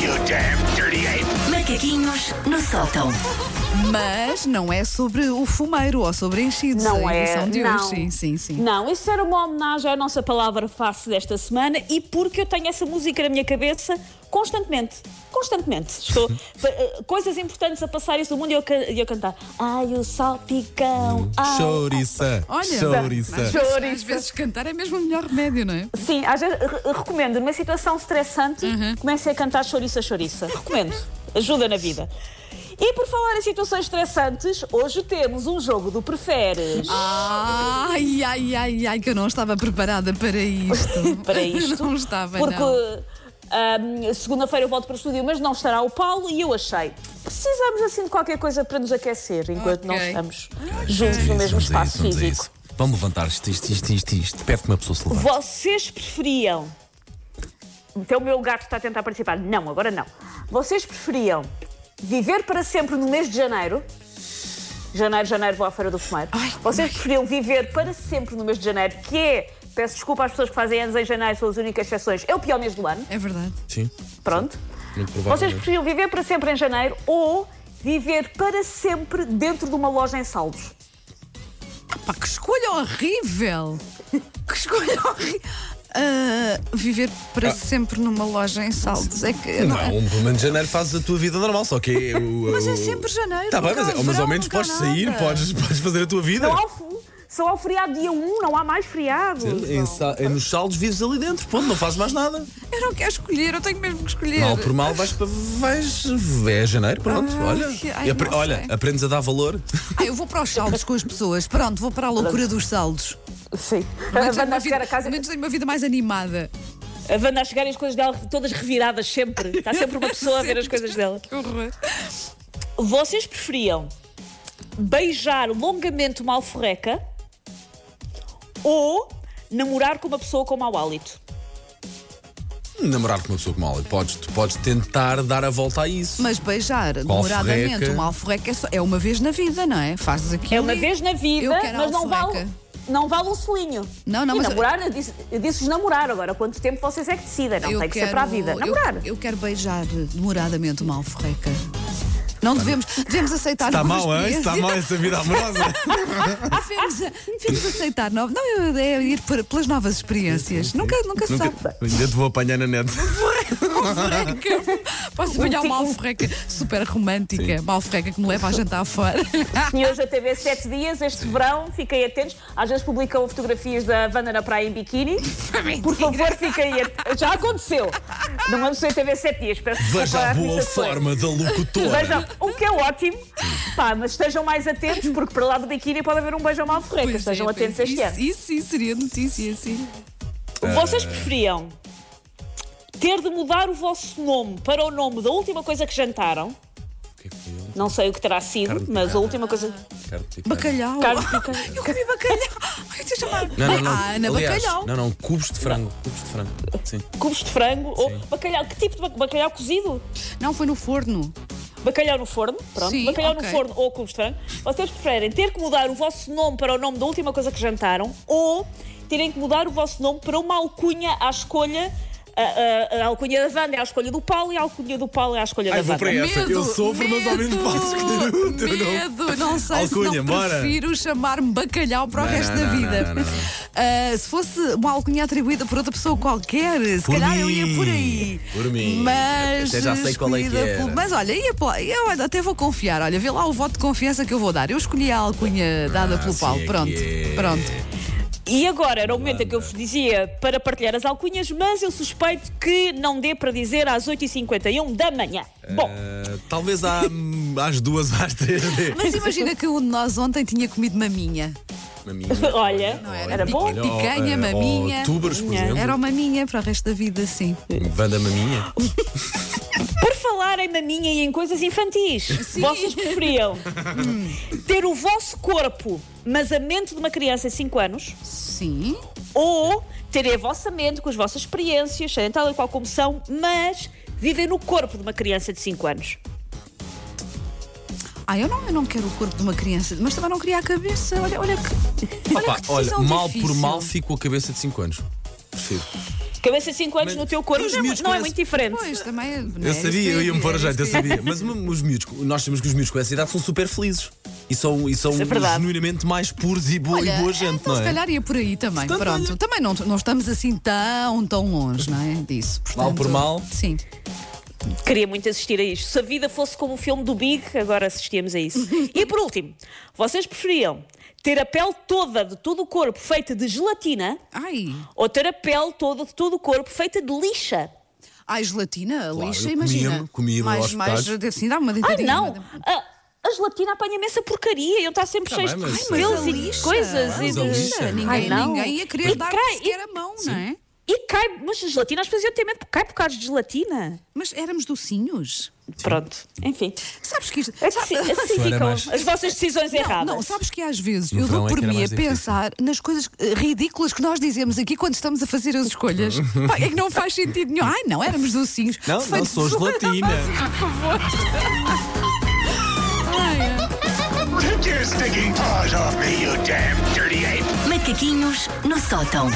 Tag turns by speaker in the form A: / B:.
A: you damn dirty ape!
B: Macaquinhos no sótão.
C: Mas não é sobre o fumeiro ou sobre enchidos.
D: Não
C: a
D: é,
C: edição de
D: não.
C: hoje. Sim, sim, sim.
D: Não, isso era uma homenagem à nossa palavra face desta semana e porque eu tenho essa música na minha cabeça constantemente. Constantemente. Estou. pa- eh, coisas importantes a passarem-se do mundo e eu, ca- e eu cantar. Ai, o
E: Hum,
D: salpicão. ai,
E: Chouriça.
C: Ah, Olha,
E: chouriça.
C: Às, vezes- às vezes cantar é mesmo o melhor remédio, não é?
D: Sim, às vezes re- recomendo, numa situação estressante, comecem a cantar chouriça, chouriça. Recomendo. Ajuda na vida. E por falar em situações estressantes, hoje temos um jogo do preferes.
C: Ai, ai, ai, ai, que eu não estava preparada para isto.
D: para isto.
C: Não estava,
D: porque,
C: não.
D: ahm, segunda-feira eu volto para o estúdio, mas não estará o Paulo e eu achei. Precisamos assim de qualquer coisa para nos aquecer enquanto não
C: Ok.
D: estamos juntos
C: é um
D: no mesmo
E: Vamos a
D: espaço
E: isso, vamos a
D: físico.
E: isso. Vamos levantar isto, isto, isto, isto, isto. Pede que uma pessoa se levante.
D: Vocês preferiam. Então o meu gato está a tentar participar. Não, agora não. Vocês preferiam viver para sempre no mês de janeiro? Janeiro, janeiro, vou à Feira do Fumeiro.
C: Ai,
D: Vocês preferiam viver para sempre no mês de janeiro, que é, peço desculpa às pessoas que fazem anos em janeiro, são as únicas exceções, é o pior mês do ano.
C: É verdade.
E: Sim.
D: Pronto.
E: Muito provável.
D: Vocês preferiam viver para sempre em janeiro ou viver para sempre dentro de uma loja em saldos?
C: Pá, que escolha horrível! Que escolha horrível! viver para sempre numa loja em saldos é que.
E: Não, o momento de janeiro faz a tua vida normal, só que é o.
C: Mas é
E: o-
C: sempre janeiro,
E: Tá bem,
C: nunca
E: mas,
C: há
E: mas ao
C: verão,
E: menos
C: nunca há
E: podes sair,
C: nada.
E: podes, podes fazer a tua vida.
D: Não há o fu- Só ao feriado dia 1, não há mais feriado.
E: Em sa- em- é nos saldos vives ali dentro, ponto, não fazes mais nada.
C: Eu não quero escolher, eu tenho mesmo que escolher.
E: Mal por mal vais para. Vais, é janeiro, pronto,
C: Ah,
E: olha.
C: ai,
E: E apre-
C: não
E: olha,
C: sei.
E: aprendes a dar valor.
C: Ah, eu vou para os saldos com as pessoas. Pronto, vou para a loucura dos saldos.
D: Sim.
C: Ao menos
D: A
C: tenho
D: Wanda
C: uma
D: a chegar a
C: vida-
D: casa.
C: ao menos tenho uma vida mais animada.
D: A Wanda a chegar e as coisas dela todas reviradas sempre. Está sempre uma pessoa a ver as coisas dela.
C: Que horror.
D: Vocês preferiam beijar longamente uma alforreca ou namorar com uma pessoa com mau hálito?
E: Namorar com uma pessoa como ela, podes, tu podes tentar dar a volta a isso.
C: Mas beijar
E: Uma
C: demoradamente
E: alforreca.
C: uma alforreca é, só- é uma vez na vida, não é? Fazes aquilo.
D: É uma
C: e-
D: vez na vida,
C: Eu quero
D: mas não
C: alforreca.
D: vale, não vale um selinho.
C: Não, não,
D: e
C: mas-
D: namorar, eu disse- eu disse-vos namorar agora. Quanto tempo vocês é que decidem? Não
C: Eu
D: tem que ser
C: quero-
D: para a vida.
C: eu-
D: Namorar.
C: Eu, quero beijar demoradamente uma alforreca. Não devemos, devemos aceitar
E: Tá Está
C: novas
E: mal, hein?
C: experiências. Ah,
E: Está mal essa vida amorosa.
C: devemos, devemos aceitar novas. Não, eu- é ir por- pelas novas experiências. Nunca, nunca se
E: Nunca,
C: sabe.
E: ainda te vou apanhar na net.
C: Alforreca. Posso apanhar uma alforreca super romântica, uma alforreca que me leva a jantar fora.
D: Senhores da TV 7 dias, este verão, fiquem atentos. Às vezes publicam fotografias da Wanda na praia em biquíni. Por favor, fiquem atentos. Já aconteceu. Não vamos ser TV 7 dias. Peço desculpa
E: Veja a
D: às
E: boa
D: sensações.
E: forma da locutora.
D: Vejam, o que é ótimo. Pá, mas estejam mais atentos, porque para lá do biquíni pode haver um beijo mal forreca.
C: Pois é,
D: Estejam
C: pois é.
D: atentos este
C: isso,
D: ano.
C: Isso sim seria notícia, sim.
D: Vocês preferiam ter de mudar o vosso nome para o nome da última coisa que jantaram?
E: é
D: Não sei o que terá sido,
E: Carne de
D: mas a
E: picada.
D: última coisa.
C: Bacalhau.
D: Carne de picada.
C: Eu comi bacalhau. Ai, deixa eu chamar.
E: Não, não, não.
C: Ah, Ana,
E: Aliás,
C: bacalhau.
E: Não, não, cubos de frango. Cubos de frango. Sim.
D: Cubos de frango ou bacalhau. Que tipo de ba- bacalhau cozido?
C: Não, foi no forno.
D: Bacalhau no forno, pronto.
C: Sim,
D: bacalhau
C: ok.
D: no forno ou cubos de frango. Vocês preferem ter que mudar o vosso nome para o nome da última coisa que jantaram ou terem que mudar o vosso nome para uma alcunha à escolha. A, a- a alcunha da Wanda é à escolha do Paulo e a alcunha do Paulo é à escolha
E: Ai,
D: da
E: vou
D: Wanda.
E: para essa.
C: Medo,
E: Eu sofro, mas ao menos
C: medo,
E: posso escolher o teu nome.
C: Medo, não sei se
E: Alcunha,
C: não
E: bora.
C: prefiro chamar-me bacalhau para o
E: Não,
C: resto
E: não,
C: da
E: não,
C: vida.
E: não, não, não.
C: Ah, se fosse uma alcunha atribuída por outra pessoa qualquer, se
E: Por
C: calhar
E: mim,
C: eu ia por aí.
E: por mim.
C: Mas.
E: Até já sei qual é que
C: escolhida
E: era.
C: pelo- Mas olha, ia pela- eu ainda até vou confiar. Olha, vê lá o voto de confiança que eu vou dar. Eu escolhi a alcunha dada
E: Ah,
C: pelo
E: sim,
C: Paulo.
E: é que
C: Pronto,
E: é.
C: pronto.
D: E agora era o momento em que eu vos dizia para partilhar as alcunhas, mas eu suspeito que não dê para dizer às 8h51 da manhã. Bom,
E: Ah, talvez à- às duas, às três.
C: Mas imagina que um de nós ontem tinha comido maminha.
E: Maminha,
D: Olha, era bom.
E: olha, ó,
C: Picanha,
E: eh, ó,
C: maminha.
E: Tubers, por exemplo.
C: Era uma maminha para o resto da vida, sim.
E: Vanda maminha.
D: por falar em maminha e em coisas infantis, vocês preferiam ter o vosso corpo, mas a mente de uma criança de 5 anos,
C: Sim.
D: ou terem a vossa mente com as vossas experiências, serem tal e qual como são, mas viver no corpo de uma criança de 5 anos?
C: Ah, eu não, eu não quero o corpo de uma criança, mas também não queria a cabeça. Olha, olha que. Olha,
E: Opa,
C: que
E: olha
C: decisão
E: mal
C: difícil.
E: por mal fico a cabeça de 5 anos. Prefiro.
D: Cabeça de 5 anos
E: Mas
D: no teu corpo
E: os
D: não, é mu-
E: miúdos
D: não é
E: conhecem-
D: muito diferente.
C: Pois, também é.
E: Eu sabia, eu ia-me pôr a jeito, eu sabia. Mas uma- os miúdos, nós sabemos que os miúdos com essa idade são super felizes. E são, e são
D: Isso é verdade.
E: genuinamente mais puros e boa, e boa gente,
C: então
E: não é?
C: se calhar ia por aí também,
E: Portanto,
C: pronto.
E: olha-
C: Também não, não estamos assim tão, tão longe, não é? Disso.
E: Mal por
C: portanto,
E: mal.
C: Sim.
D: Queria muito assistir a isto. Se a vida fosse como o filme do Big, agora assistíamos a isso. e por último, vocês preferiam ter a pele toda de todo o corpo feita de gelatina
C: Ai,
D: ou ter a pele toda de todo o corpo feita de lixa?
C: ai gelatina, lixa,
E: eu
C: imagina.
E: comia-me- comia-me
C: mais,
E: aos
C: mais,
E: bocados.
C: assim, dá uma
D: Ai
C: deitadinha.
D: Ah, não! A, a gelatina apanha-me essa porcaria. Eu está sempre
E: Tá
D: cheio
E: bem,
D: de
E: mas-
C: Mas a
D: pelos e
C: lixa,
D: coisas.
E: mas
D: e
E: a
D: de-
E: lixa,
C: lixa, ninguém,
D: Ai, não.
C: ninguém é- ia querer
D: E
C: dar
D: cai-
C: sequer a mão, não é?
D: E cai, mas a gelatina às vezes eu tenho medo porque cai bocados de gelatina.
C: Mas éramos docinhos.
D: Pronto, enfim.
C: Sabes que isto.
D: Assim, assim
E: Joana,
D: ficam
E: mais-
D: as vossas decisões
C: Não,
D: erradas.
C: não, sabes que às vezes
E: No
C: eu
E: verão
C: dou
E: é
C: por
E: que era
C: mim a
E: mais difícil.
C: pensar nas coisas eh, ridículas que nós dizemos aqui quando estamos a fazer as escolhas. Pá, é que não faz sentido nenhum. Ai, não, éramos docinhos.
E: Não, não
C: Feitos
E: sou
C: de-
E: gelatina.
C: Ai, ai.
A: Take your stinking paws off me, you damn dirty ape!
B: Macaquinhos no sótão.